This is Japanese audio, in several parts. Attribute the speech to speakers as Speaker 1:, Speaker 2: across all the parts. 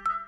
Speaker 1: いつ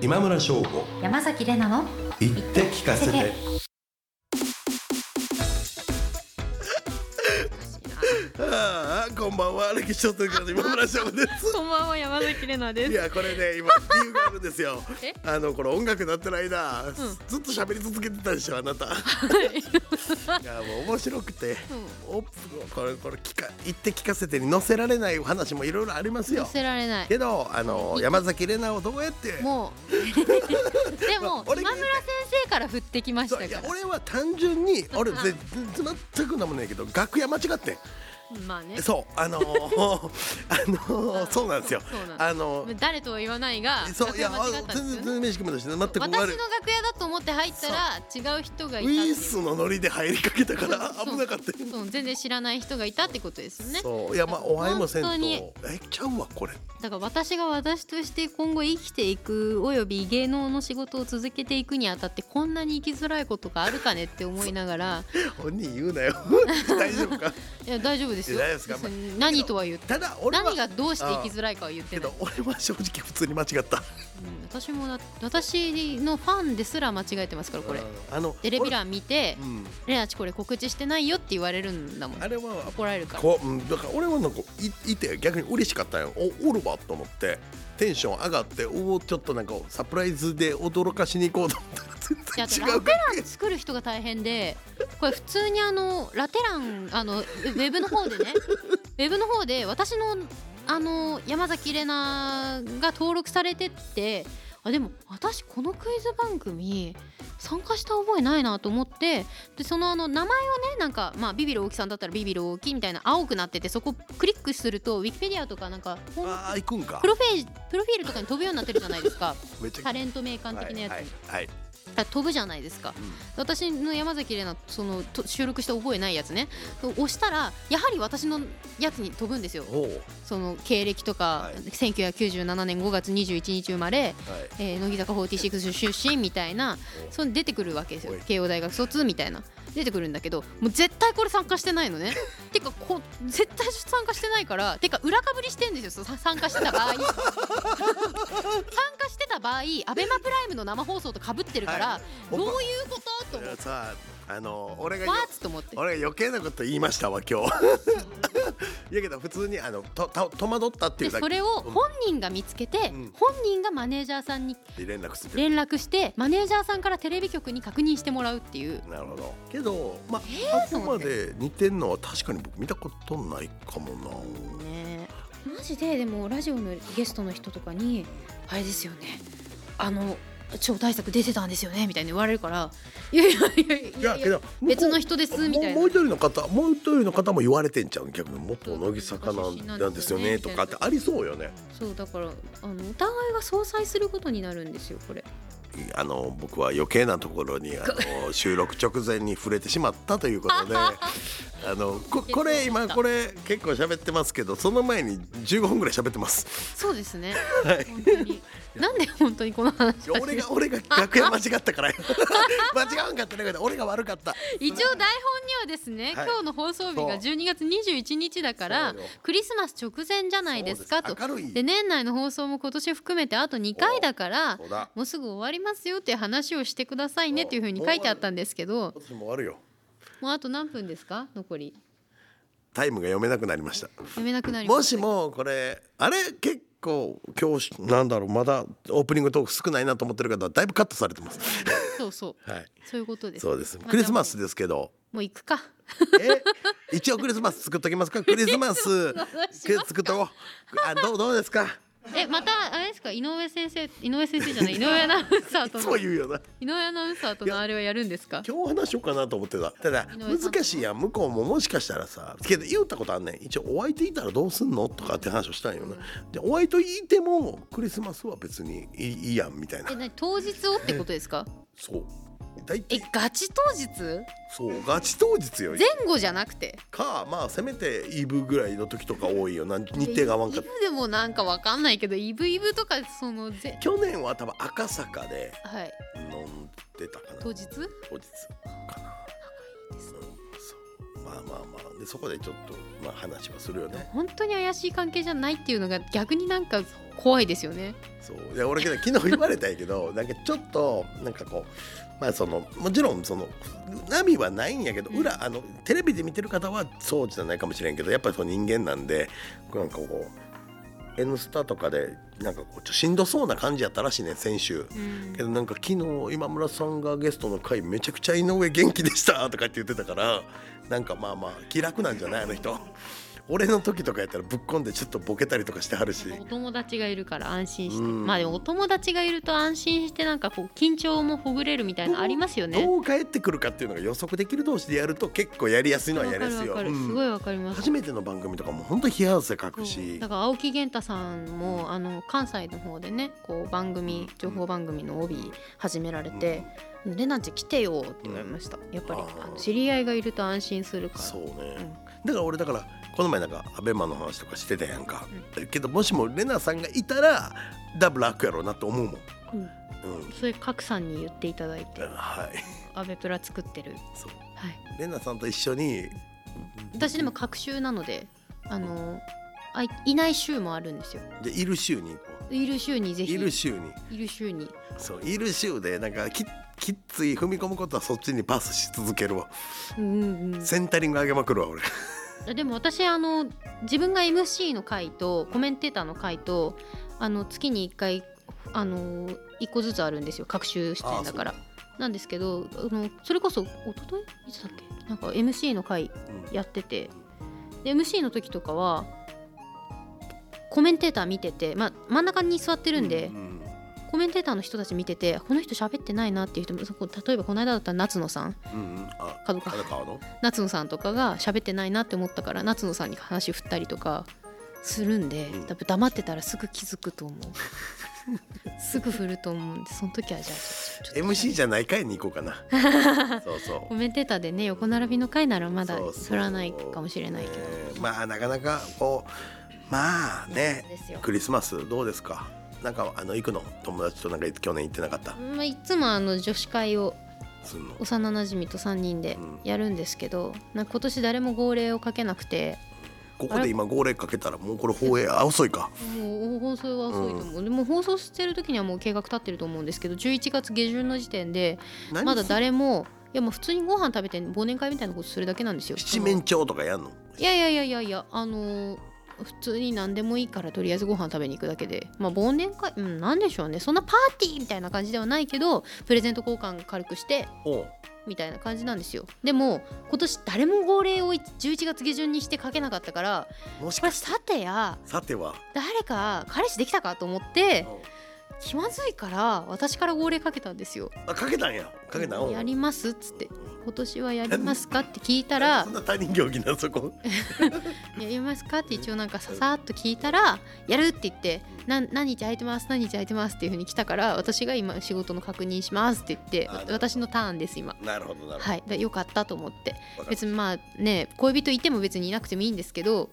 Speaker 2: 今村翔吾
Speaker 3: 山崎れなの
Speaker 2: 言って聞かせて
Speaker 4: ああこんばんは歴史小説家の今村翔吾です
Speaker 5: こんばんは山崎れなで
Speaker 4: い
Speaker 5: す。
Speaker 4: やこれね今理由があるんですよ
Speaker 5: え
Speaker 4: あのこれ音楽鳴ってる間、
Speaker 5: ん
Speaker 4: ずっと喋り続けてたでしょあなたいやもう面白くて、おこれこれ聞か言って聞かせてに載せられない話もいろいろありますよ
Speaker 5: 寄せられない。
Speaker 4: けどあの山崎怜奈をどうやって
Speaker 5: もうでも
Speaker 4: 俺が
Speaker 5: 今村先生から振ってきまし
Speaker 4: そう
Speaker 5: た
Speaker 4: いや
Speaker 5: から。
Speaker 4: 俺は単純に俺
Speaker 5: うん
Speaker 4: ぜ全くなんもないけど楽屋間違ってん
Speaker 5: まあね。
Speaker 4: そうあ のーあのーそうなんですよ
Speaker 5: そうなんです
Speaker 4: あのー
Speaker 5: 誰とは言わないが。
Speaker 4: そういや
Speaker 5: 楽屋間違
Speaker 4: あ
Speaker 5: ったんです
Speaker 4: 全
Speaker 5: よね
Speaker 4: 然全然面識もないし全く
Speaker 5: 私の
Speaker 4: 悪い
Speaker 5: 楽屋だと思って入ったら違う人がいた
Speaker 4: ウ
Speaker 5: ってい
Speaker 4: ィ
Speaker 5: う。
Speaker 4: ースのノリで入りかけたから
Speaker 5: そう
Speaker 4: 危なかったよ
Speaker 5: そう全然知らない人がいたってことですよね。
Speaker 4: そういやまあお会いもせんと
Speaker 5: 本当に
Speaker 4: えちゃうわこれ
Speaker 5: だから私が私として今後生きていくおよび芸能の仕事を続けていくにあたってこんなに生きづらいことがあるかねって思いながら
Speaker 4: 本人言う なよ大丈夫か
Speaker 5: いや大丈夫ですよ
Speaker 4: いや大丈夫ですか
Speaker 5: 別に何とは言って
Speaker 4: ただ俺は
Speaker 5: 何がどうして生きづらいかは言って
Speaker 4: け
Speaker 5: ない
Speaker 4: ど、俺は正直普通に間違った
Speaker 5: うん私もだ私のファンですら間違えてますからこれ
Speaker 4: あの
Speaker 5: テレビ欄見て
Speaker 4: 俺うん
Speaker 5: 「レナチこれ告知してないよ」って言われるんだもん
Speaker 4: あれは
Speaker 5: 怒られるから
Speaker 4: こううんだから俺はなんかいいて逆に嬉しかったよおおるわと思ってテンション上がっておおちょっとなんかサプライズで驚かしに行こうと思ったら
Speaker 5: で
Speaker 4: 全
Speaker 5: あ
Speaker 4: 然
Speaker 5: と
Speaker 4: 違
Speaker 5: ラ
Speaker 4: う
Speaker 5: テ
Speaker 4: から
Speaker 5: ラン作る人が大変でこれ普通にあのラテランあのウェブの方 でねウェブの方で私のあの山崎怜奈が登録されてってあでも私このクイズ番組参加した覚えないなと思ってでそのあの名前をねなんか、まあ、ビビる大きさんだったらビビる大きいみたいな青くなっててそこクリックするとウィキペディアとかなんかホーム
Speaker 4: あー行くんか
Speaker 5: プロフェイプロフィールとかに飛ぶようになってるじゃないですか
Speaker 4: めっ ちゃ
Speaker 5: タレント名鑑的なやつに。
Speaker 4: はいはいはい
Speaker 5: あ飛ぶじゃないですか、
Speaker 4: ん
Speaker 5: 私の山崎怜奈そのと収録した覚えないやつね押したらやはり私のやつに飛ぶんですよ
Speaker 4: おうはい
Speaker 5: その経歴と
Speaker 4: は
Speaker 5: か、
Speaker 4: い
Speaker 5: 1997年5月21日生まれ、えー乃木坂46出身みたいなその出てくるわけですよ
Speaker 4: おい
Speaker 5: 慶応大学卒みたいな出てくるんだけどもう絶対これ参加してない のねてかこう絶対参加してないからてか裏かぶりしてんですよさ参加してた場 合参加してた場合アベマプライムの生放送とかぶってるから、
Speaker 4: はい
Speaker 5: どういうこ
Speaker 4: だか
Speaker 5: とと思っ
Speaker 4: ら
Speaker 5: て
Speaker 4: さあの俺がよ
Speaker 5: わーっと思って
Speaker 4: 俺が余計なこと言いましたわ今日 いやけど普通にあのとと戸惑ったってい
Speaker 5: で
Speaker 4: うだ
Speaker 5: そ
Speaker 4: け
Speaker 5: れを本人が見つけて、
Speaker 4: うん
Speaker 5: 本人がマネージャーさんに
Speaker 4: で連絡する
Speaker 5: 連絡してマネージャーさんからテレビ局に確認してもらうっていう
Speaker 4: なるほどけどまあ、
Speaker 5: えー
Speaker 4: あくまで似てんのは確かに僕見たことないかもな
Speaker 5: ねマジででもラジオのゲストの人とかに「あれですよねあの超大作出てたんですよね」みたいに言われるから「いやいやいやい
Speaker 4: い
Speaker 5: や
Speaker 4: や
Speaker 5: い
Speaker 4: け
Speaker 5: や
Speaker 4: ど
Speaker 5: 別の人です」みた
Speaker 4: も
Speaker 5: いな
Speaker 4: うもう一人の方もう一人の方も言われてんじゃん逆に元乃木坂なんなんですよねとかってありそうよね
Speaker 5: そうだからあのお互いが相殺することになるんですよこれ
Speaker 4: あの僕は余計なところにあ の収録直前に触れてしまったということであのここれ今これ結構喋ってますけどその前に15分ぐらい喋ってます
Speaker 5: そうですね、
Speaker 4: はい
Speaker 5: 本当になんで本当にこの話
Speaker 4: 俺が俺が楽屋間違ったからよ 間違わんかったね俺が悪かった
Speaker 5: 一応台本にはですね、
Speaker 4: はい
Speaker 5: 今日の放送日が12月21日だから
Speaker 4: そうよ
Speaker 5: クリスマス直前じゃないですかと
Speaker 4: 明るい
Speaker 5: で年内の放送も今年含めてあと2回だから
Speaker 4: そうだ
Speaker 5: もうすぐ終わりますよっていう話をしてくださいねっていうふうに書いてあったんですけど
Speaker 4: 私も悪いよ
Speaker 5: もうあと何分ですか残り
Speaker 4: タイムが読めなくなりました
Speaker 5: 読めなくなりま
Speaker 4: も
Speaker 5: し
Speaker 4: しもこれあれ結構今日なんだろうまだオープニングトーク少ないなと思ってる方はだいぶカットされてます
Speaker 5: たそうそう
Speaker 4: はい
Speaker 5: そういうことです
Speaker 4: そうです
Speaker 5: まあ
Speaker 4: クリスマス
Speaker 5: じゃ
Speaker 4: ですけど
Speaker 5: あもうもう行くか
Speaker 4: え一応クリスマス作っときますかクリスマ ス
Speaker 5: クリスマス
Speaker 4: クリ作っとこうあどうどうですか
Speaker 5: えまたあれですか井上先生井上先生じゃない井上アナウンサー
Speaker 4: い
Speaker 5: と
Speaker 4: つも
Speaker 5: の
Speaker 4: 言うよな
Speaker 5: 井上アナウンサーとのあれはやるんですか
Speaker 4: 今日話しようかなと思ってたただ
Speaker 5: 井上さん
Speaker 4: 難しいやん向こうももしかしたらさけど言ったことあんねん一応お相手いたらどうすんのとかって話をしたんよなでお相手いてもクリスマスは別にいいいいやんみたいな
Speaker 5: え何当日をってことですか
Speaker 4: そう大
Speaker 5: え
Speaker 4: 体
Speaker 5: ガチ当日前
Speaker 4: そうガチ当日よ
Speaker 5: 後じゃなくて
Speaker 4: かまあせめてイブぐらいの時とか多いよな日程が合わんかっ
Speaker 5: イ
Speaker 4: た
Speaker 5: ブでもなんかわかんないけどイブイブとかそのぜ
Speaker 4: 去年は多分赤坂で
Speaker 5: はい
Speaker 4: 飲んでたかな
Speaker 5: 当日
Speaker 4: 当日かなうんそうまあまあまあでそこでちょっと、まあ、話はするよね
Speaker 5: 本当に怪しい関係じゃないっていうのが逆になんか怖いですよね
Speaker 4: そういや俺けど昨日言われたんやけど なんかちょっとなんかこうまあそのもちろんその波はないんやけど裏、あのテレビで見てる方はそうじゃないかもしれんけどやっぱりそう人間なんでなんかこう「N スタ」とかでなんかこうちょっとしんどそうな感じやったらしいね先週。
Speaker 5: うん
Speaker 4: けどなんか昨日今村さんがゲストの回めちゃくちゃ井上元気でした とかって言ってたからなんかまあまあ気楽なんじゃないあの人俺の時とかやったらぶっこんでちょっとボケたりとかしてはるし
Speaker 5: お友達がいるから安心して
Speaker 4: うん
Speaker 5: まあでもお友達がいると安心してなんかこう緊張もほぐれるみたいなのありますよね
Speaker 4: どう帰ってくるかっていうのが予測できる同士でやると結構やりやすいの
Speaker 5: わ
Speaker 4: は
Speaker 5: か
Speaker 4: やりやすい
Speaker 5: るわ
Speaker 4: よ
Speaker 5: かる
Speaker 4: うん
Speaker 5: すごいわかります
Speaker 4: 初めての番組とかも本当冷や汗かく
Speaker 5: そう
Speaker 4: し
Speaker 5: だから青木源太さんもあの関西の方でねこう番組情報番組の帯始められて「レナンチ来てよ」って言われました、やっぱり
Speaker 4: あー
Speaker 5: あの知り合いがいると安心するから
Speaker 4: そう
Speaker 5: うん
Speaker 4: ねだから俺だからこの前なんかアベマの話とかしてたやんかけどもしもレナさんがいたらダブル楽やろうなと思うもん
Speaker 5: うん
Speaker 4: うん
Speaker 5: それ角さんに言っていただいて
Speaker 4: はい
Speaker 5: 「アベプラ作ってる
Speaker 4: そう」
Speaker 5: はい
Speaker 4: レナさんと一緒に
Speaker 5: 私でも隔週なのであのあいいない週もあるんですよ
Speaker 4: でいる週に行こ
Speaker 5: いる週にぜ
Speaker 4: う
Speaker 5: ひ
Speaker 4: いる週に
Speaker 5: いる週に
Speaker 4: そういる週でなんかききっつい踏み込むことはそっちにパスし続けるわ
Speaker 5: うんうん
Speaker 4: センタリング上げまくるわ俺
Speaker 5: あでも私あの自分が MC の回とコメンテーターの回とあの月に1回あの1個ずつあるんですよ各週出演だから
Speaker 4: あそ
Speaker 5: なんですけどあのそれこそ一昨日いつだっけなんか MC の回
Speaker 4: うん
Speaker 5: やっててで MC の時とかはコメンテーター見てて、まあ、真ん中に座ってるんで、
Speaker 4: うん
Speaker 5: コメンテーターの人たち見ててこの人喋ってないなっていう人もそこ例えばこの間だったら夏野さん
Speaker 4: うんうんあ
Speaker 5: 角川
Speaker 4: 角川の
Speaker 5: 夏野さんとかが喋ってないなって思ったから夏野さんに話振ったりとかするんで、
Speaker 4: うん
Speaker 5: 多分黙ってたらすぐ気づくと思う すぐ振ると思うんでその時はじゃあちょっと
Speaker 4: MC じゃない回に行こうかな そうそ
Speaker 5: コ
Speaker 4: う
Speaker 5: メンテーターでね横並びの回ならまだ
Speaker 4: そうそう
Speaker 5: 振らないかもしれないけど
Speaker 4: えーまあなかなかこうまあね
Speaker 5: そうですよ
Speaker 4: クリスマスどうですかなんかあの行くの友達となんか去年行ってなかった
Speaker 5: まあ、いつもあの女子会を
Speaker 4: すんの
Speaker 5: 幼なじみと3人でやるんですけど、なんか今年誰も号令をかけなくて
Speaker 4: ここで今号令かけたらもうこれ放映あ遅いか
Speaker 5: もう放送は遅いと思う、でも放送してる時にはもう計画立ってると思うんですけど11月下旬の時点で
Speaker 4: 何
Speaker 5: まだ誰もいやもう普通にご飯食べて忘年会みたいなことするだけなんですよ
Speaker 4: 七面鳥とかやんの
Speaker 5: いやいやいやいやいやあのー普通に何でもいいからとりあえずご飯食べに行くだけでまあ忘年会うん何でしょうねそんなパーティーみたいな感じではないけどプレゼント交換軽くして
Speaker 4: おう
Speaker 5: みたいな感じなんですよでも今年誰も号令を11月下旬にしてかけなかったから
Speaker 4: もしか
Speaker 5: これ
Speaker 4: し
Speaker 5: さてや
Speaker 4: さては
Speaker 5: 誰か彼氏できたかと思って
Speaker 4: うん
Speaker 5: 気まずいから私から号令かけたんですよ。
Speaker 4: あかけたんやかけたんおう
Speaker 5: やりますっつって今年はやりますかって聞いたら
Speaker 4: そんな他人行儀なそこ
Speaker 5: やりますかって一応なんかささっと聞いたらやるって言ってなん何日空いてます何日空いてますっていうふうに来たから私が今仕事の確認しますって言って
Speaker 4: あなるほど
Speaker 5: 私のターンです今。
Speaker 4: なるほどなるほ
Speaker 5: はい、だよかったと思って
Speaker 4: どわかる
Speaker 5: 別にまあね恋人いても別にいなくてもいいんですけど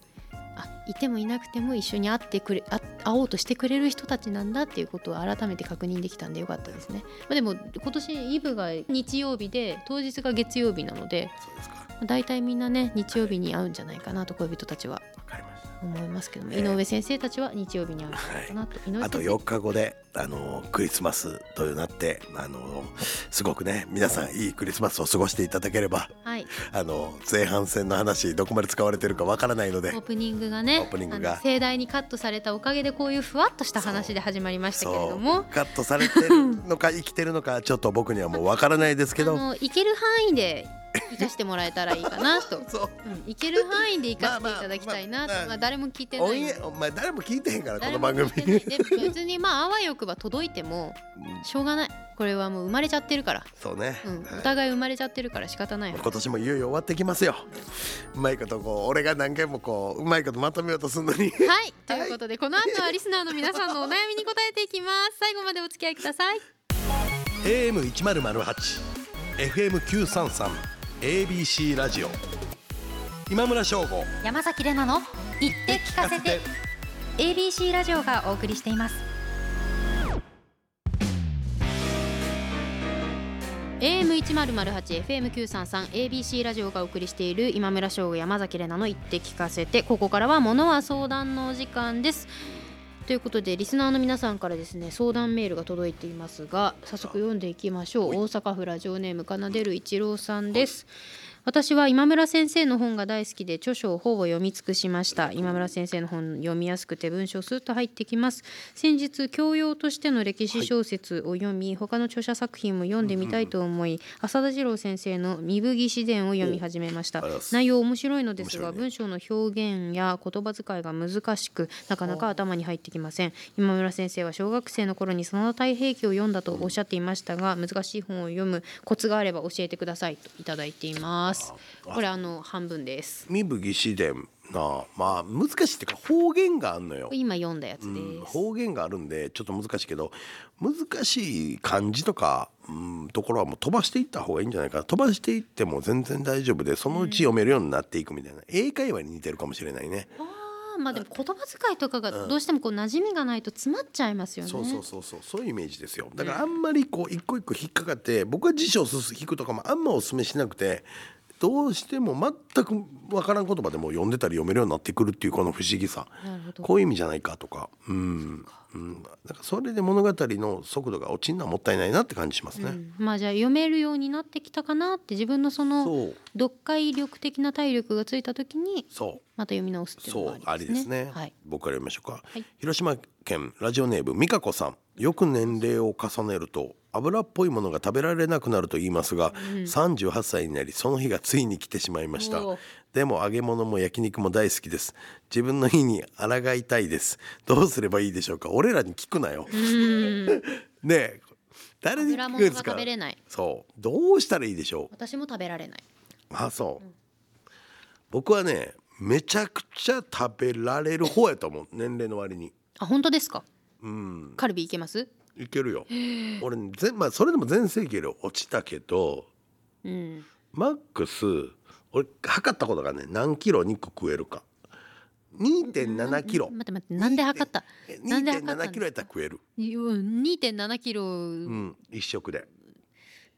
Speaker 5: あいてもいなくても一緒に会ってくれあ会おうとしてくれる人たちなんだっていうことを改めて確認できたんでよかったですね、まあ、でも今年イブが日曜日で当日が月曜日なので
Speaker 4: そうですか
Speaker 5: まあ大体みんなね日曜日に会うんじゃないかなと恋人たちは
Speaker 4: わかりました
Speaker 5: 思いますけども、
Speaker 4: ええ
Speaker 5: 井上先生たちは日曜日に会うんじゃないかなと、井上
Speaker 4: あ
Speaker 5: 先
Speaker 4: と
Speaker 5: 生
Speaker 4: 4日後であのクリスマスとなってあのすごくね皆さんいいクリスマスを過ごしていただければ
Speaker 5: はい
Speaker 4: あの前半戦の話どこまで使われてるかわからないので
Speaker 5: オープニングが ね
Speaker 4: オープニングが
Speaker 5: あの盛大にカットされたおかげでこういうふわっとした話で始まりましたけれども
Speaker 4: そうカットされてるの か生きてるのかちょっと僕にはもうわからないですけ
Speaker 5: あ
Speaker 4: ど、
Speaker 5: の行ける範囲で生かしてもらえたらいいかなと
Speaker 4: そう
Speaker 5: うん、行ける範囲で生かしていただきたい
Speaker 4: まあ
Speaker 5: なと、ま
Speaker 4: ま
Speaker 5: あ
Speaker 4: あまあ
Speaker 5: 誰も聞いてな
Speaker 4: お
Speaker 5: い
Speaker 4: いえお前誰も聞いてへんからこ
Speaker 5: 誰
Speaker 4: の
Speaker 5: も
Speaker 4: 番組
Speaker 5: 聞いてないで別にまああわよくば届いてもしょうがないこれはもう生まれちゃってるから、
Speaker 4: そうね、
Speaker 5: うん、お
Speaker 4: はい
Speaker 5: 互い生まれちゃってるから仕方ない
Speaker 4: 今年もいよいよ終わってきますようまいことこう俺が何回もこううまいことまとめようとするのに
Speaker 5: はいということでこの後はリスナーの皆さんのお悩みに答えていきます最後までお付き合いください
Speaker 4: AM1008 FM933 ABC ラジオ今村翔吾
Speaker 3: 山崎れなの言って聞かせて ABC ラジオがお送りしています。
Speaker 5: AM1008FM933ABC ラジオがお送りしている今村翔吾山崎怜奈の「言って聞かせて」ここからは「ものは相談」のお時間です。ということでリスナーの皆さんからですね相談メールが届いていますが早速読んでいきましょう大阪府ラジオネーム奏でる一郎さんです。私は今村先生の本が大好きで著書をほぼ読み尽くしました今村先生の本読みやすくて文章スーッと入ってきます先日教養としての歴史小説を読み、他の著者作品も読んでみたいと思い、浅田次郎先生の「三吹自伝」を読み始めました
Speaker 4: おありがとうございます
Speaker 5: 内容面白いのです
Speaker 4: 面白い
Speaker 5: が、
Speaker 4: ね
Speaker 5: 文章の表現や言葉遣いが難しくなかなか頭に入ってきません今村先生は小学生の頃にその太平記を読んだとおっしゃっていましたが難しい本を読むコツがあれば教えてくださいといただいていますこれあの半分です
Speaker 4: 三吹四伝なまあ難しいっていうか方言があんのよ、
Speaker 5: 今読んだやつ
Speaker 4: う
Speaker 5: で
Speaker 4: ん
Speaker 5: す、
Speaker 4: 方言があるんでちょっと難しいけど難しい漢字とか、うん、ところはもう飛ばしていった方がいいんじゃないかな飛ばしていっても全然大丈夫でそのうち読めるようになっていくみたいな、英会話に似てるかもしれないね。
Speaker 5: あーまあでも言葉遣いとかがどうしてもこう馴染みがないと詰まっちゃいますよね
Speaker 4: そうそうそうそうそういうイメージですよだからあんまりこう一個一個引っかかって僕は辞書をすす引くとかもあんまお勧めしなくてどうしても全くわからん言葉でも読んでたり読めるようになってくるっていうこの不思議さ
Speaker 5: なるほど
Speaker 4: こういう意味じゃないかとかうんうんだからそれで物語の速度が落ちんのはもったいないなって感じしますね。
Speaker 5: うんまあじゃあ読めるようになってきたかなって自分のその
Speaker 4: そう
Speaker 5: 読解力的な体力がついた時に
Speaker 4: そう
Speaker 5: また読み直すっていうの
Speaker 4: そ
Speaker 5: も
Speaker 4: うあ
Speaker 5: あり
Speaker 4: り
Speaker 5: で
Speaker 4: ですす
Speaker 5: ね。
Speaker 4: ね、
Speaker 5: はい。
Speaker 4: 僕から読みましょうか、
Speaker 5: はい
Speaker 4: 広島県ラジオネーム美香子さんよく年齢を重ねると油っぽいものが食べられなくなると言いますが、38歳になりその日がついに来てしまいました
Speaker 5: おー
Speaker 4: でも揚げ物も焼肉も大好きです自分の日に抗いたいですどうすればいいでしょうか俺らに聞くなよねえ誰に
Speaker 5: 油
Speaker 4: 聞
Speaker 5: も
Speaker 4: く
Speaker 5: の
Speaker 4: ん
Speaker 5: が
Speaker 4: ですか
Speaker 5: 食べれない。
Speaker 4: そうどうしたらいいでしょう
Speaker 5: 私も食べられない。
Speaker 4: あそう、僕はねめちゃくちゃ食べられる方やと思う年齢の割に
Speaker 5: あ本当ですか。
Speaker 4: うん
Speaker 5: カルビいけます？
Speaker 4: いけるよ俺ね全、まあ、それでも全盛期より落ちたけど
Speaker 5: うん。
Speaker 4: マックス俺測ったことがね何キロ肉食えるか2.7キロ
Speaker 5: 待って待って。なんで測った？
Speaker 4: え
Speaker 5: なんで測った
Speaker 4: 2.7キロやったら食える、
Speaker 5: 二点七キロ、
Speaker 4: うん、一食で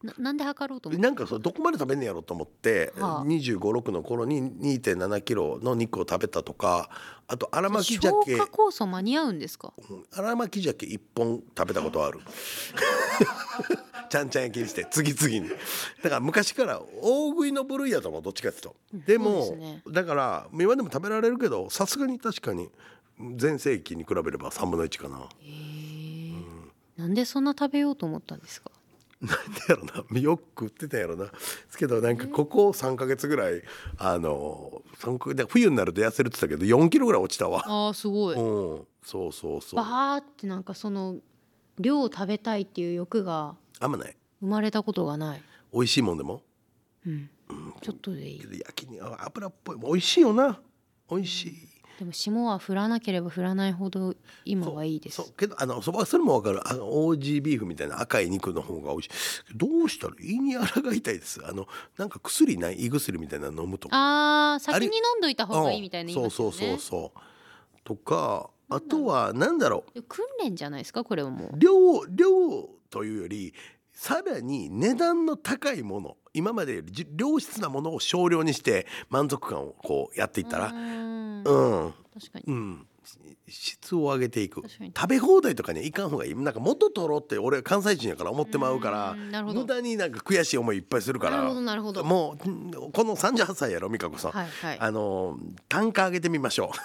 Speaker 5: ななんで測ろうと思って。
Speaker 4: なんかそれどこまで食べんねやろと思って、
Speaker 5: はあ
Speaker 4: 2 5 6の頃に2 7キロの肉を食べたとかあと荒巻
Speaker 5: 消
Speaker 4: 鮭
Speaker 5: 化酵素間に合うんですか。
Speaker 4: 荒巻鮭一本食べたことある ちゃんちゃん焼きにして次々にだから昔から大食いの部類やと思うどっちかっていうとでも
Speaker 5: そうですね
Speaker 4: だから今でも食べられるけどさすがに確かに全盛期に比べれば3分の1かな
Speaker 5: へえなんでそんな食べようと思ったんですか。
Speaker 4: だやろなよく食ってたやろなですけどなんかここ3ヶ月ぐらいあの三ヶ月冬になると痩せるって言ったけど4キロぐらい落ちたわ
Speaker 5: ああすご
Speaker 4: う
Speaker 5: い。バ
Speaker 4: んそうそうそう
Speaker 5: ーってなんかその量を食べたいっていう欲が
Speaker 4: あんまない
Speaker 5: 生まれたことがない。
Speaker 4: 美味しいもんでも
Speaker 5: うん。ちょっとでいい
Speaker 4: け。ど焼きにあ油っぽいもう美味しいよな美味しい
Speaker 5: でも霜は降らなければ降らないほど今はいいで
Speaker 4: そう
Speaker 5: す。
Speaker 4: けどあのそばそれも分かるあのオージービーフみたいな赤い肉の方が美味しいどうしたら胃に抗いたいですあのなんか薬ない胃薬みたいなの飲むとか
Speaker 5: ああ、
Speaker 4: あ
Speaker 5: 先
Speaker 4: れ
Speaker 5: に飲んどいた方がいいみたいな言い
Speaker 4: うん
Speaker 5: ますよ
Speaker 4: そう
Speaker 5: ね。
Speaker 4: そうそうそうとかあとはなんだろう
Speaker 5: 訓練じゃないですか、これはもう。
Speaker 4: 量量というよりさらに値段の高いもの今までよりじ良質なものを少量にして満足感をこうやっていった
Speaker 5: う
Speaker 4: ら
Speaker 5: ーん
Speaker 4: うん
Speaker 5: 確かに。
Speaker 4: うん、し質を上げていく
Speaker 5: 確かに
Speaker 4: 食べ放題とかにはいかん方がいいなんか元取ろうって俺関西人やから思ってまうから
Speaker 5: うんなるほど
Speaker 4: 無駄になんか悔しい思いいっぱいするか
Speaker 5: なるほど、
Speaker 4: ら
Speaker 5: なるほど。
Speaker 4: もうんこの38歳やろ美香子さん、
Speaker 5: はい、はい。な
Speaker 4: あの単価上げてみましょう。うん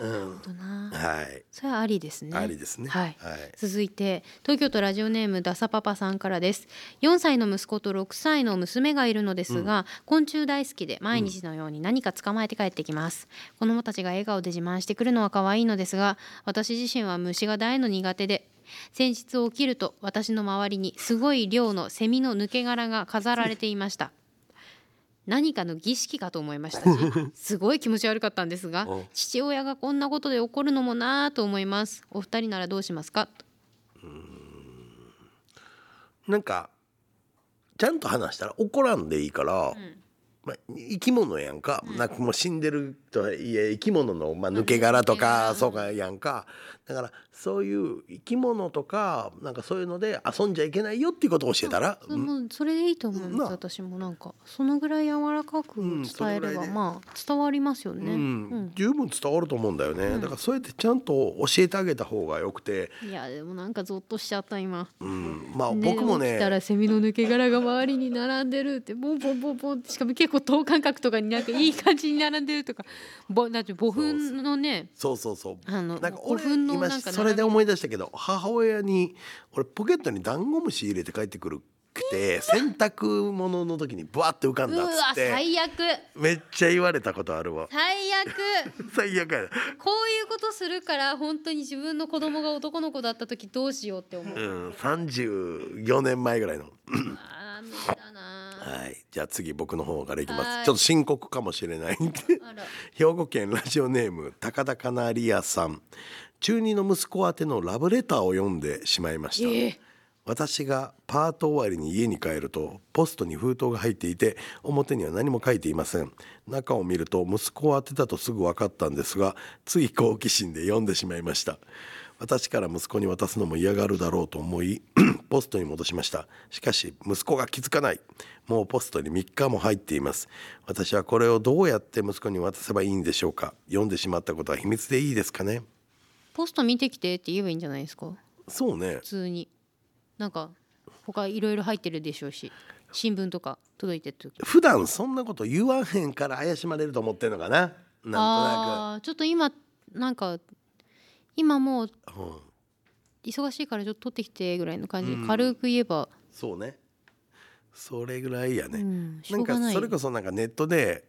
Speaker 5: るほどな。
Speaker 4: はい、
Speaker 5: それはありですね。
Speaker 4: ありですね。
Speaker 5: はい
Speaker 4: はい、
Speaker 5: 続いて東京都ラジオネームダサパパさんからです4歳の息子と6歳の娘がいるのですが、昆虫大好きで毎日のように何か捕まえて帰ってきます、子供たちが笑顔で自慢してくるのは可愛いのですが私自身は虫が大の苦手で先日起きると私の周りにすごい量のセミの抜け殻が飾られていました何かの儀式かと思いましたし すごい気持ち悪かったんですが
Speaker 4: うん
Speaker 5: 父親がこんなことで怒るのもなぁと思いますお二人ならどうしますか
Speaker 4: なんかちゃんと話したら怒らんでいいから、
Speaker 5: うん
Speaker 4: まあ、生き物やんか、
Speaker 5: うん
Speaker 4: なんかもう死んでるとはいえ生き物の、まあ、抜け殻と
Speaker 5: う
Speaker 4: か
Speaker 5: ん
Speaker 4: そうかやんかだからそういう生き物とかなんかそういうので遊んじゃいけないよっていうことを教えたら、
Speaker 5: それもうそれでいいと思うんで
Speaker 4: な
Speaker 5: す私もなんかそのぐらい柔らかく
Speaker 4: うん
Speaker 5: 伝
Speaker 4: その
Speaker 5: え
Speaker 4: ぐら
Speaker 5: れ
Speaker 4: い
Speaker 5: ば、
Speaker 4: で
Speaker 5: まあ伝わりますよね、
Speaker 4: う
Speaker 5: うんん、
Speaker 4: 十分伝わると思うんだよね、
Speaker 5: うん
Speaker 4: だからそうやってちゃんと教えてあげた方がよくて、
Speaker 5: いやでもなんかゾッとしちゃった今
Speaker 4: うん、まあ僕も
Speaker 5: 起
Speaker 4: ね
Speaker 5: きたらセミの抜け殻が周りに並んでるってボンボンボンボンしかも結構等間隔とかになんかいい感じに並んでるとかぼだって5分のね
Speaker 4: そうそうそう
Speaker 5: あの
Speaker 4: なんか
Speaker 5: 5
Speaker 4: 俺
Speaker 5: 分の
Speaker 4: 今
Speaker 5: なんか
Speaker 4: それで
Speaker 5: 並
Speaker 4: 思い出したけど母親に俺ポケットにダンゴムシ入れて帰ってくるくて洗濯物の時にブワッて浮かん
Speaker 5: びう
Speaker 4: だっ
Speaker 5: わ
Speaker 4: つって
Speaker 5: 最悪
Speaker 4: めっちゃ言われたことあるわ
Speaker 5: 最悪
Speaker 4: 最悪や
Speaker 5: こういうことするから本当に自分の子供が男の子だった時どうしようって思う、
Speaker 4: うん34年前ぐらいの
Speaker 5: あー無理だな
Speaker 4: はいじゃあ次僕の方からいきます
Speaker 5: はい
Speaker 4: ちょっと深刻かもしれないんで
Speaker 5: あら
Speaker 4: 兵庫県ラジオネーム高田かなりやさん中二の息子宛てのラブレターを読んでしまいました、
Speaker 5: え
Speaker 4: 私がパート終わりに家に帰るとポストに封筒が入っていて表には何も書いていません中を見ると息子を当てたとすぐ分かったんですがつい好奇心で読んでしまいました私から息子に渡すのも嫌がるだろうと思い ポストに戻しましたしかし息子が気づかないもうポストに3日も入っています私はこれをどうやって息子に渡せばいいんでしょうか読んでしまったことは秘密でいいですかね
Speaker 5: ポスト見てきてって言えばいいんじゃないですか
Speaker 4: そうね
Speaker 5: 普通になんか他いろいろ入ってるでしょうし新聞とか届いてる時
Speaker 4: 普段そんなこと言わへんから怪しまれると思ってんのかなな
Speaker 5: あーちょっと今なんか今もうん
Speaker 4: となく、うん、
Speaker 5: 忙しいからちょっと取ってきてぐらいの感じ
Speaker 4: うん
Speaker 5: で軽く言えば、
Speaker 4: そうねそれぐらいや
Speaker 5: う
Speaker 4: ね、
Speaker 5: ん、しょ
Speaker 4: なん
Speaker 5: うが
Speaker 4: か
Speaker 5: ない
Speaker 4: それこそなんかネットで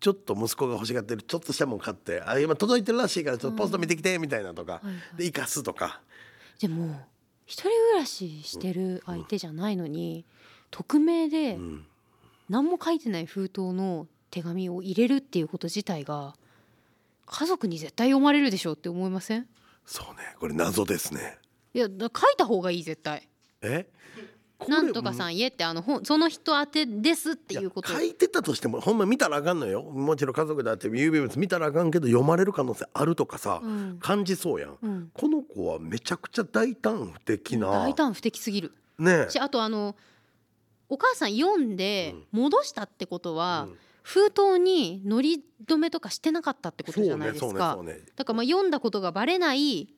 Speaker 4: ちょっと息子が欲しがってるちょっとしたもん買ってあ今届いてるらしいからちょっとポスト見てきてみたいなとか、
Speaker 5: はいはい
Speaker 4: で生かすとか
Speaker 5: でも一人暮らししてる相手じゃないのに、匿名で
Speaker 4: うん
Speaker 5: 何も書いてない封筒の手紙を入れるっていうこと自体が家族に絶対読まれるでしょうって思いません
Speaker 4: そうねこれ謎ですね
Speaker 5: いやだ書いた方がいい絶対
Speaker 4: えこれ
Speaker 5: なんとかさん家ってあの本その人宛てですっていうことを
Speaker 4: や書いてたとしてもほんま見たらあかんのよもちろん家族だって郵便物見たらあかんけど読まれる可能性あるとかさ、
Speaker 5: うん
Speaker 4: 感じそうやん
Speaker 5: うん、
Speaker 4: この子はめちゃくちゃ大胆不敵な
Speaker 5: 大胆不敵すぎる
Speaker 4: ね
Speaker 5: しあとあのお母さん読んで戻したってことは、
Speaker 4: うん
Speaker 5: 封筒にのり止めとかしてなかったってことじゃないです
Speaker 4: そうね
Speaker 5: か、
Speaker 4: そうねそうね
Speaker 5: だからまあ読んだことがバレない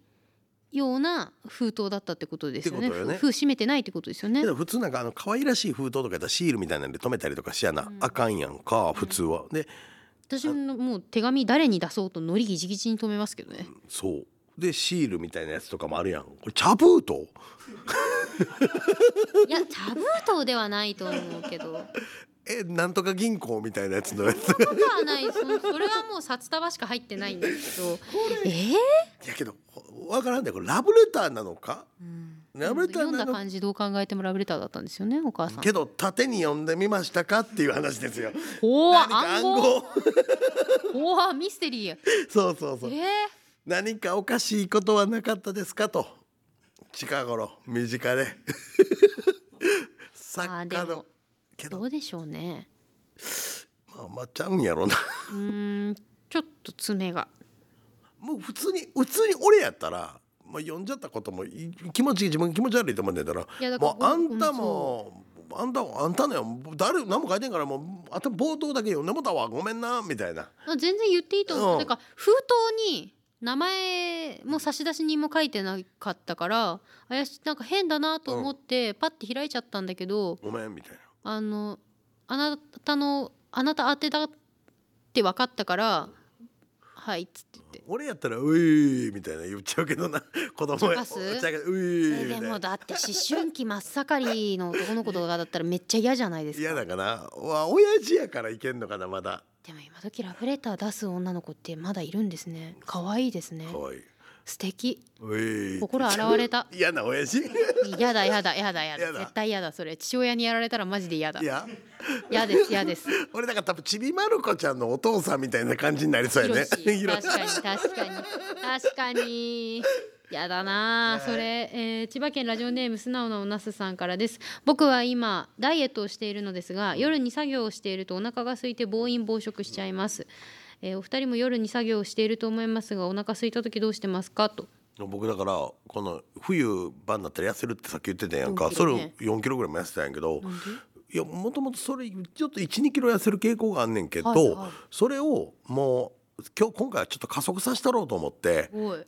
Speaker 5: ような封筒だったってことですよね
Speaker 4: ってことよね
Speaker 5: ふ封閉めてないってことですよね
Speaker 4: けど普通なんかあの可愛らしい封筒とかやったらシールみたいなんで留めたりとかしやな、
Speaker 5: うん
Speaker 4: あかんやんか普通は、で
Speaker 5: 私のもう手紙誰に出そうとのりギチギチに止めますけどね
Speaker 4: そうでシールみたいなやつとかもあるやんこれ茶封筒
Speaker 5: いや茶封筒ではないと思うけど
Speaker 4: えなんとか銀行みたいなやつのや つ
Speaker 5: そんなことはないそのそれはもう札束しか入ってないんですけどえー
Speaker 4: やけどわからんでこれラブレターなのかラブレター
Speaker 5: 読ん
Speaker 4: な
Speaker 5: だ
Speaker 4: の
Speaker 5: 感じどう考えてもラブレターだったんですよねお母さん
Speaker 4: けど縦に読んでみましたかっていう話ですよ
Speaker 5: おお
Speaker 4: 何か
Speaker 5: 暗
Speaker 4: 暗
Speaker 5: 号
Speaker 4: 号
Speaker 5: おおミステリー
Speaker 4: そうそう
Speaker 5: え
Speaker 4: そう
Speaker 5: ー、
Speaker 4: 何かおかしいことはなかったですかと近頃身近で作
Speaker 5: あー
Speaker 4: 家
Speaker 5: で
Speaker 4: の
Speaker 5: も
Speaker 4: け
Speaker 5: ど
Speaker 4: ど
Speaker 5: うでしょうね
Speaker 4: まあまあちゃうんやろな
Speaker 5: うーんちょっと爪が
Speaker 4: もう普通に普通に俺やったら、まあ、呼んじゃったこともい気持ち自分気持ち悪いと思うんだたら
Speaker 5: いやだから
Speaker 4: もうあんた
Speaker 5: ご
Speaker 4: もあんたもあんたのや誰何も書いてんからもうあんた冒頭だけ読んでもたわごめんなみたいな
Speaker 5: あ全然言っていいと思う、
Speaker 4: うん
Speaker 5: なんか封筒に名前も差出人も書いてなかったから怪しなんか変だなと思ってパッて開いちゃったんだけど、
Speaker 4: ごめんみたいな
Speaker 5: あのあなたのあなた宛てだって分かったからはいっつって言って
Speaker 4: 俺やったら「うい」みたいな言っちゃうけどな子供
Speaker 5: 茶化
Speaker 4: や
Speaker 5: す
Speaker 4: 茶化うい」み
Speaker 5: え
Speaker 4: たい
Speaker 5: でも
Speaker 4: な
Speaker 5: だって思春期真っ盛りの男の子とかだったらめっちゃ嫌じゃないです
Speaker 4: 嫌
Speaker 5: か
Speaker 4: だかなわ親父やからいけんのかなまだ
Speaker 5: でも今時ラブレター出す女の子ってまだいるんですね可愛いですね
Speaker 4: かわいい
Speaker 5: 素敵
Speaker 4: 「うい」
Speaker 5: 心洗れた
Speaker 4: 嫌な 親父
Speaker 5: 嫌だ嫌だ嫌だ嫌だ
Speaker 4: やだ
Speaker 5: 絶対嫌だそれ父親にやられたらマジで嫌だ
Speaker 4: いや
Speaker 5: 嫌です嫌です
Speaker 4: 俺なんか多分ちびまる子ちゃんのお 父さんみたいな感じになりそうやね
Speaker 5: ヒロシ
Speaker 4: ヒロシ
Speaker 5: 確かに確かに確かにやだなあそれ、えー千葉県ラジオネーム素直なおなすさんからです僕は今ダイエットをしているのですが夜に作業をしているとお腹が空いて暴飲暴食しちゃいます、えーお二人も夜に作業をしていると思いますがお腹空いた時どうしてますかと
Speaker 4: 僕だからこの冬場になったら痩せるってさっき言ってたやんか、
Speaker 5: 4キ
Speaker 4: そ
Speaker 5: ロ
Speaker 4: れ
Speaker 5: ね
Speaker 4: 4キロぐらいも痩せたんやけどいやもともとそれちょっと12キロ痩せる傾向があんねんけど、
Speaker 5: はいはい
Speaker 4: それをもう今日今回はちょっと加速させたろうと思って
Speaker 5: すごい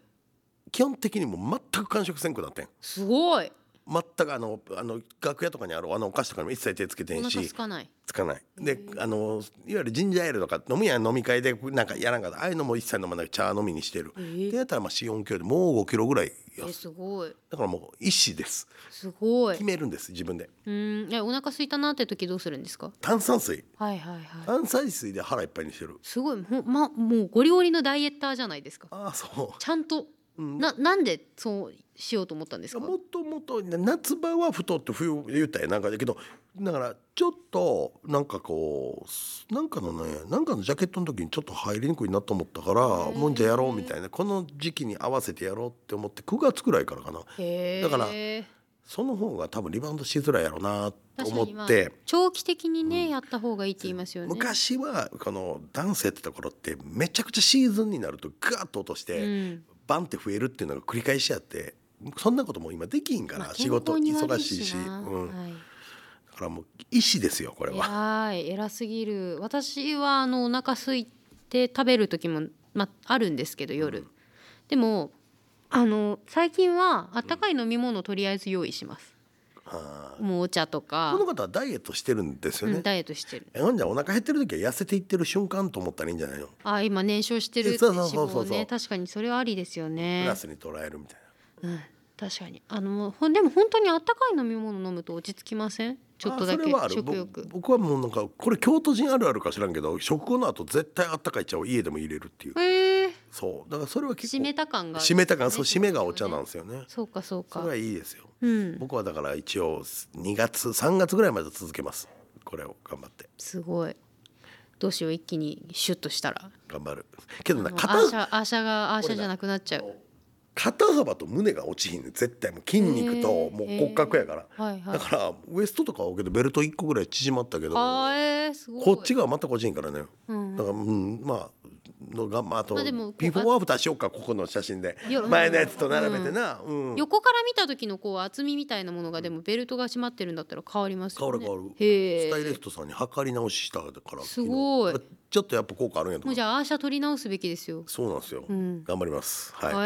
Speaker 4: 基本的にもう全く完食せんくなってん
Speaker 5: すごい
Speaker 4: 全くあのあの楽屋とかにあるあのお菓子とかにも一切手つけて
Speaker 5: お
Speaker 4: ん
Speaker 5: 腹
Speaker 4: し
Speaker 5: 空かない
Speaker 4: つかないであのいわゆるジンジャーエールとか飲みや飲み会でなんかやらんかったああいうのも一切飲まない茶飲みにしてる、
Speaker 5: え
Speaker 4: でやったらまあ4 4キロでもう5キロぐらいや
Speaker 5: えすごい
Speaker 4: だからもう意思です
Speaker 5: すごい
Speaker 4: 決めるんです自分で
Speaker 5: うんえお腹空いたなって時どうするんですか
Speaker 4: 炭酸水
Speaker 5: はいはいはい
Speaker 4: 炭酸水で腹いっぱいにしてる
Speaker 5: すごいほんまもうゴリゴリのダイエッターじゃないですか
Speaker 4: ああそ
Speaker 5: ちゃんと
Speaker 4: う、うん、
Speaker 5: ななんでそうしようと思ったんですか
Speaker 4: もともと夏場は太って冬言ったやんなんかだけどだからちょっとなんかこうなんかのねなんかのジャケットの時にちょっと入りにくいなと思ったから
Speaker 5: ー
Speaker 4: もんじゃやろうみたいなこの時期に合わせてやろうって思って9月くらいからかな
Speaker 5: へー
Speaker 4: だからその方が多分リバウンドしづらいやろうなと
Speaker 5: 確
Speaker 4: 思
Speaker 5: かに
Speaker 4: っ
Speaker 5: まあ
Speaker 4: て。
Speaker 5: 長期的にね、やった方がいいって言いますよね。
Speaker 4: 昔はこの男性ってところってめちゃくちゃシーズンになるとガーッと落とし
Speaker 5: う
Speaker 4: て、
Speaker 5: ん、
Speaker 4: バンって増えるっていうのが繰り返しあってそんなことも今できんから、
Speaker 5: まあ
Speaker 4: 仕事
Speaker 5: 健康に
Speaker 4: 忙
Speaker 5: 悪
Speaker 4: しいし、
Speaker 5: な
Speaker 4: うん、だ
Speaker 5: はい
Speaker 4: からもう意思ですよこれ
Speaker 5: い
Speaker 4: は。
Speaker 5: やーい偉すぎる私はあのお腹空いて食べる時も、まあ、あるんですけど夜、でもあの最近はあったかい飲み物をとりあえず用意します、
Speaker 4: は
Speaker 5: もうお茶と
Speaker 4: あ
Speaker 5: か
Speaker 4: この、方はダイエットしてるんですよ
Speaker 5: う
Speaker 4: ね
Speaker 5: ん。ダイエットしてる
Speaker 4: えほんじゃお腹減ってる時は痩せていってる瞬間と思ったらいいんじゃないの
Speaker 5: あ今燃焼してるって
Speaker 4: そうそ
Speaker 5: 脂
Speaker 4: うそうそう
Speaker 5: 肪ね確かにそれはありですよ
Speaker 4: プ
Speaker 5: ね
Speaker 4: ラスに捉えるみたい
Speaker 5: うん、確かにあのほんでも本当にあったかい飲み物飲むと落ち着きませんちょ
Speaker 4: な。
Speaker 5: っとだ
Speaker 4: あ
Speaker 5: け
Speaker 4: それはある
Speaker 5: 食
Speaker 4: 僕
Speaker 5: 欲
Speaker 4: 僕はもうなんかこれ京都人あるあるか知らんけど食後の後絶対あったかい茶を家でも入れるっていう
Speaker 5: へえ
Speaker 4: そうだからそれは結構
Speaker 5: 締めた感がある
Speaker 4: 締めた感そう締めがお茶なん
Speaker 5: で
Speaker 4: ですよね
Speaker 5: すそうかそう
Speaker 4: そ
Speaker 5: か
Speaker 4: れはいいですよ
Speaker 5: うん
Speaker 4: 僕はだから一応2月3月ぐらいまで続けますこれを頑張って
Speaker 5: すごいどうしよう一気にシュッとしたら
Speaker 4: 頑張るけど
Speaker 5: あ
Speaker 4: な
Speaker 5: のアーシ
Speaker 4: 肩
Speaker 5: ャアーシャがアーシャじゃなくなっちゃう
Speaker 4: 肩幅と胸が落ちひんねん絶対もう筋肉と
Speaker 5: へー
Speaker 4: もう骨格やから、
Speaker 5: はいは
Speaker 4: だ
Speaker 5: い
Speaker 4: からウエストとかは多いけどベルト1個ぐらい縮まったけど
Speaker 5: あーえー、すごい
Speaker 4: こっちがまた個人からね
Speaker 5: うん
Speaker 4: だからうんまあのがまああと
Speaker 5: まあでも
Speaker 4: ビフォーアフターしようかここの写真で
Speaker 5: よ
Speaker 4: 前のやつと並べてな、うん
Speaker 5: 横から見た時のこう厚みみたいなものがでもベルトが締まってるんだったら変わります
Speaker 4: 変わ
Speaker 5: よ
Speaker 4: る
Speaker 5: ね
Speaker 4: 変わる
Speaker 5: へ
Speaker 4: スタイ
Speaker 5: え
Speaker 4: リストさんに測り直ししたから
Speaker 5: すごい
Speaker 4: 昨日ちょっとやっぱ効果あるんやと
Speaker 5: も
Speaker 4: 思
Speaker 5: う
Speaker 4: う
Speaker 5: じゃあアーシャ取り直すべきですよ
Speaker 4: そうなんですよ、
Speaker 5: うん
Speaker 4: 頑張りますはい、
Speaker 5: え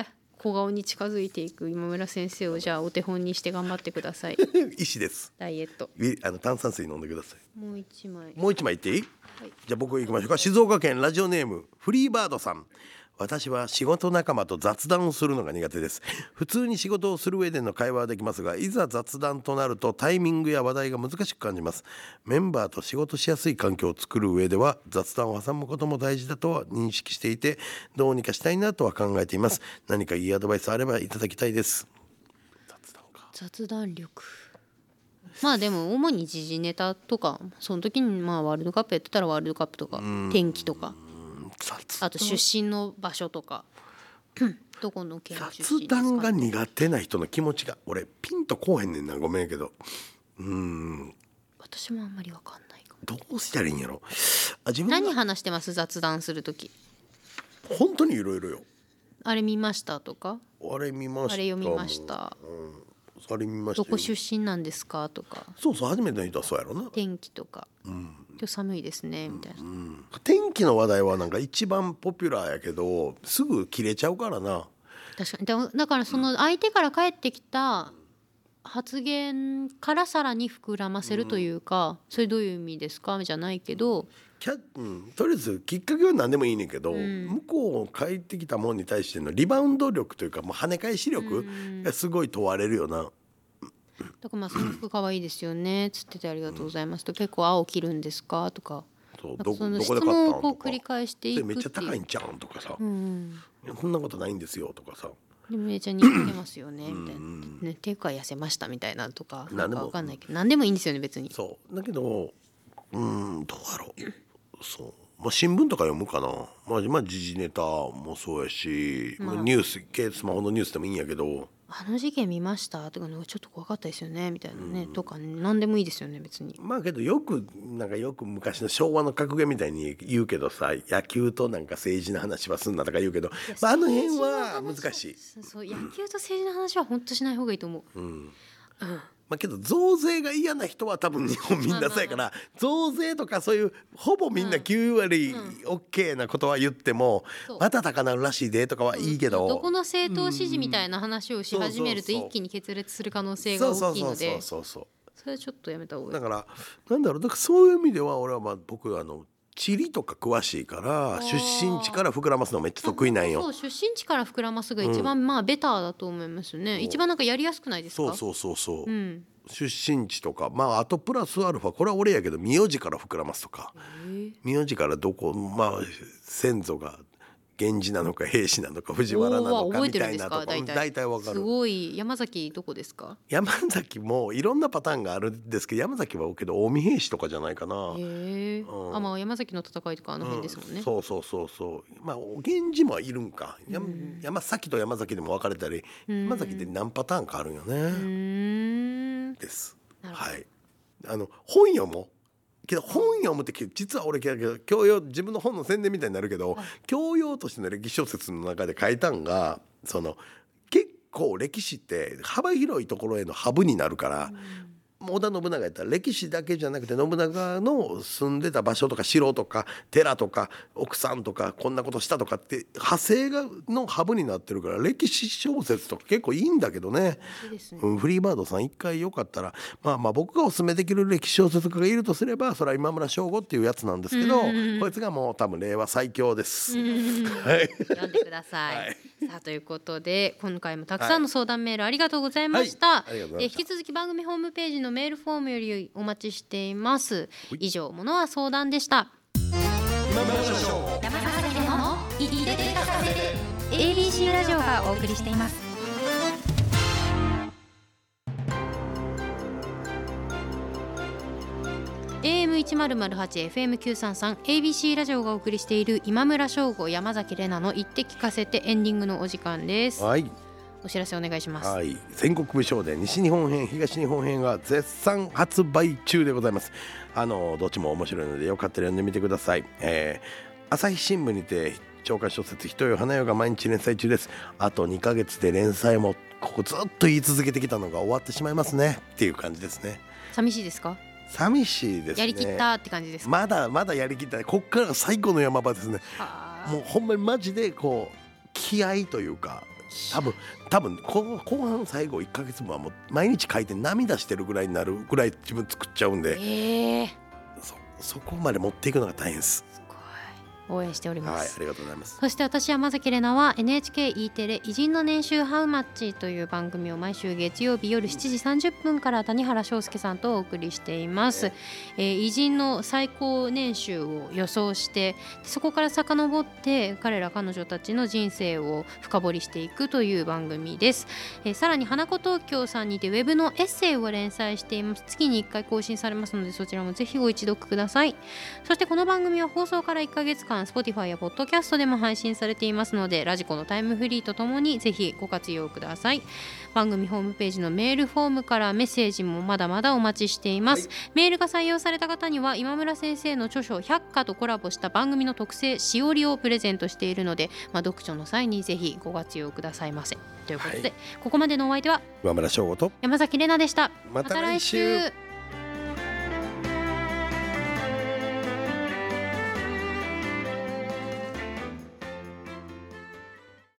Speaker 5: ー小顔に近づいていく今村先生をじゃあお手本にして頑張ってくだ さい
Speaker 4: 医師です
Speaker 5: ダイエット
Speaker 4: いあの炭酸水飲んでください
Speaker 5: もう一枚
Speaker 4: もう一枚いっていい、
Speaker 5: い
Speaker 4: じゃあ僕行きましょうか静岡県ラジオネームフリーバードさん私は仕事仲間と雑談をするのが苦手です普通に仕事をする上での会話はできますがいざ雑談となるとタイミングや話題が難しく感じますメンバーと仕事しやすい環境を作る上では雑談を挟むことも大事だとは認識していてどうにかしたいなとは考えています何かいいアドバイスあればいただきたいです雑談か
Speaker 5: 雑談力まあでも主に時事ネタとかその時にまあワールドカップやってたらワールドカップとか天気とか
Speaker 4: 雑
Speaker 5: あと出身の場所とかどこの県出身
Speaker 4: 雑
Speaker 5: です
Speaker 4: 談
Speaker 5: か
Speaker 4: が苦手な人の気持ちが俺ピンとこうへんねんなごめんやけどうーん
Speaker 5: 私もあんまりわかんないかも
Speaker 4: どうしたらいいんやろあ自分
Speaker 5: 何
Speaker 4: が
Speaker 5: 話してます雑談する時
Speaker 4: 本当にいろいろよ
Speaker 5: あれ見ましたとか
Speaker 4: あれ見ま
Speaker 5: あ
Speaker 4: した
Speaker 5: れ読みました
Speaker 4: あれ見ましたよ
Speaker 5: どこ出身なんですかとか
Speaker 4: そうそう初めての人はそうやろな
Speaker 5: 天気とか、今日寒いですねみたいな、
Speaker 4: 天気の話題はなんか一番ポピュラーやけどすぐ切れちゃうからな
Speaker 5: 確かにだだからその相手から返ってきた発言からさらに膨らませるというか、それどういう意味ですかじゃないけど、
Speaker 4: キャ、うん、とりあえずきっかけは何でもいいねんけど、
Speaker 5: ん
Speaker 4: 向こう帰ってきたもんに対してのリバウンド力というかもう跳ね返し力
Speaker 5: うん
Speaker 4: がすごい問われるよな、
Speaker 5: だからまあその服可愛いですよねつっててありがとうございますと結構青着るんですかとか
Speaker 4: そう
Speaker 5: なん
Speaker 4: ど
Speaker 5: かそ
Speaker 4: こど
Speaker 5: の質
Speaker 4: こで買った
Speaker 5: 問
Speaker 4: ん
Speaker 5: をこう
Speaker 4: とか
Speaker 5: 繰り返してい
Speaker 4: で
Speaker 5: くって
Speaker 4: め
Speaker 5: い、
Speaker 4: っちゃ高いうんちゃうんとかさ、
Speaker 5: うん、
Speaker 4: そんなことないんですよとかさ
Speaker 5: でもめっちゃ人気出ますよねみたい
Speaker 4: うん
Speaker 5: な、ね、手か痩せましたみたいなとか
Speaker 4: 何
Speaker 5: なん
Speaker 4: でも
Speaker 5: かわかんないけど何でもいいんですよね別に
Speaker 4: そうだけどうーんどうやろうそうまあ、新聞とか読むかな、まあ、まあ時事ネタもそうやし、
Speaker 5: まあ
Speaker 4: まあニュース系スマホのニュースでもいいんやけど
Speaker 5: あの事件見ましたとかねちょっと怖かったですよねみたいなね、とか何でもいいですよね別に
Speaker 4: まあけどよくなんかよく昔の昭和の格言みたいに言うけどさ野球となんか政治の話はすんなとか言うけど、まあ、あの辺は難しい。
Speaker 5: そうそう野球と政治の話は本当しない方がいいと思
Speaker 4: う
Speaker 5: う、
Speaker 4: ん
Speaker 5: うん
Speaker 4: まあ、けど増税が嫌な人は多分日本みんなそうやから増税とかそういうほぼみんな9割 OK なことは言っても
Speaker 5: そう
Speaker 4: また高なるらしいでとかはいいけ
Speaker 5: ど
Speaker 4: ど
Speaker 5: この政党支持みたいな話をし始めると
Speaker 4: そうそうそう
Speaker 5: 一気に決裂する可能性
Speaker 4: そ
Speaker 5: が
Speaker 4: うそ
Speaker 5: 大
Speaker 4: う
Speaker 5: きい
Speaker 4: そう
Speaker 5: の
Speaker 4: そ
Speaker 5: で
Speaker 4: うそうそ
Speaker 5: それはちょっとやめた方
Speaker 4: う
Speaker 5: がい
Speaker 4: だ
Speaker 5: い
Speaker 4: からなんだろうだからそういう意味では俺はまあ僕あの地理とか詳しいから
Speaker 5: ー
Speaker 4: 出身地から膨らますのめっちゃ得意なん
Speaker 5: そ
Speaker 4: よ
Speaker 5: う出身地から膨らますが一番、まあベターだと思いますね一番なんかやりやすくないですか
Speaker 4: そうそうそうそう、
Speaker 5: ん
Speaker 4: 出身地とかまああとプラスアルファこれは俺やけど名字から膨らますとか名字からどこまあ先祖が源氏なのか平氏なのか藤原なの
Speaker 5: おー
Speaker 4: か
Speaker 5: 覚え
Speaker 4: み
Speaker 5: てる
Speaker 4: たい
Speaker 5: んです
Speaker 4: な
Speaker 5: か
Speaker 4: とか
Speaker 5: 大
Speaker 4: うん
Speaker 5: 体
Speaker 4: 大体わか
Speaker 5: す
Speaker 4: る
Speaker 5: ごい山崎どこですか
Speaker 4: 山崎もいろんなパターンがあるんですけど山崎はけど近江平氏とかじゃないかな
Speaker 5: へ。え、
Speaker 4: うん
Speaker 5: あまあ山崎の戦いとかあの辺ですもん
Speaker 4: う
Speaker 5: ね、
Speaker 4: んそうそうそうそうまあ源氏もいるんか、や山崎と山崎でも分かれたり、
Speaker 5: ん
Speaker 4: 山崎で何パターンかあるんよね、
Speaker 5: うーん
Speaker 4: です
Speaker 5: なるほど
Speaker 4: はいあの本読もうけど本読むってけ実は俺けど教養自分の本の宣伝みたいになるけど、教養としての歴史小説の中で書いたんがその結構歴史って幅広いところへのハブになるから、織田信長やったら歴史だけじゃなくて信長の住んでた場所とか城とか寺とか奥さんとかこんなことしたとかって派生がのハブになってるから歴史小説とか結構いいんだけどね。
Speaker 5: いいですね
Speaker 4: うん、フリーバードさん一回よかったらまあまあ僕がおすすめできる歴史小説家がいるとすればそれは今村翔吾っていうやつなんですけど、こいつがもう多分令和最強です。はい、
Speaker 5: 読んでください。
Speaker 4: はい
Speaker 5: さあということで今回もたくさんの相談メールありがとうございま
Speaker 4: は
Speaker 5: し
Speaker 4: い
Speaker 5: た。
Speaker 4: ありがとうございました
Speaker 5: え引き続き番組ホームページのメールフォームよりお待ちしています。以上ものは相談でした。
Speaker 2: 今村翔吾
Speaker 3: 山崎での言って聞かせて ABC ラジオがお送りしています
Speaker 5: AM1008 FM933 ABC ラジオがお送りしている今村翔吾山崎れなの言って聞かせてエンディングのお時間です。
Speaker 4: はい
Speaker 5: お知らせお願いします。
Speaker 4: はい、全国無償で西日本編東日本編が絶賛発売中でございますあのどっちも面白いのでよかったら読んでみてください、えー朝日新聞にて長官小説「ひとよ花よ」が毎日連載中ですあと2ヶ月で連載もここずっと言い続けてきたのが終わってしまいますねっていう感じですね
Speaker 5: 寂しいですか？
Speaker 4: 寂しいですね
Speaker 5: やりきったって感じですか？
Speaker 4: まだまだやりきったこっからが最後の山場ですね
Speaker 5: はあ
Speaker 4: もうほんまにマジでこう気合というか多分多分この後半最後1ヶ月分はもう毎日書いて涙してるぐらいになるぐらい自分作っちゃうんで
Speaker 5: ええ
Speaker 4: そそこまで持っていくのが大変です。
Speaker 5: すごい応援しておりま
Speaker 4: はい
Speaker 5: す
Speaker 4: あ。りがとうございます。
Speaker 5: そして私山崎怜奈は NHKE テレ「偉人の年収ハウマッチ」という番組を毎週月曜日夜7時30分から谷原章介さんとお送りしています、えー偉人の最高年収を予想してそこから遡って彼ら彼女たちの人生を深掘りしていくという番組です、えーさらに花子東京さんにてウェブのエッセイを連載しています月に1回更新されますのでそちらもぜひご一読くださいそしてこの番組は放送から1ヶ月間 Spotify や Podcast でも配信されていますのでラジコのタイムフリーとともにぜひご活用ください番組ホームページのメールフォームからメッセージもまだまだお待ちしています、メールが採用された方には今村先生の著書「百科」とコラボした番組の特製しおりをプレゼントしているので、まあ、読書の際にぜひご活用くださいませということで、
Speaker 4: はい
Speaker 5: ここまでのお相手は
Speaker 4: 上村翔吾と
Speaker 5: 山崎れなでした
Speaker 4: また来週
Speaker 5: 週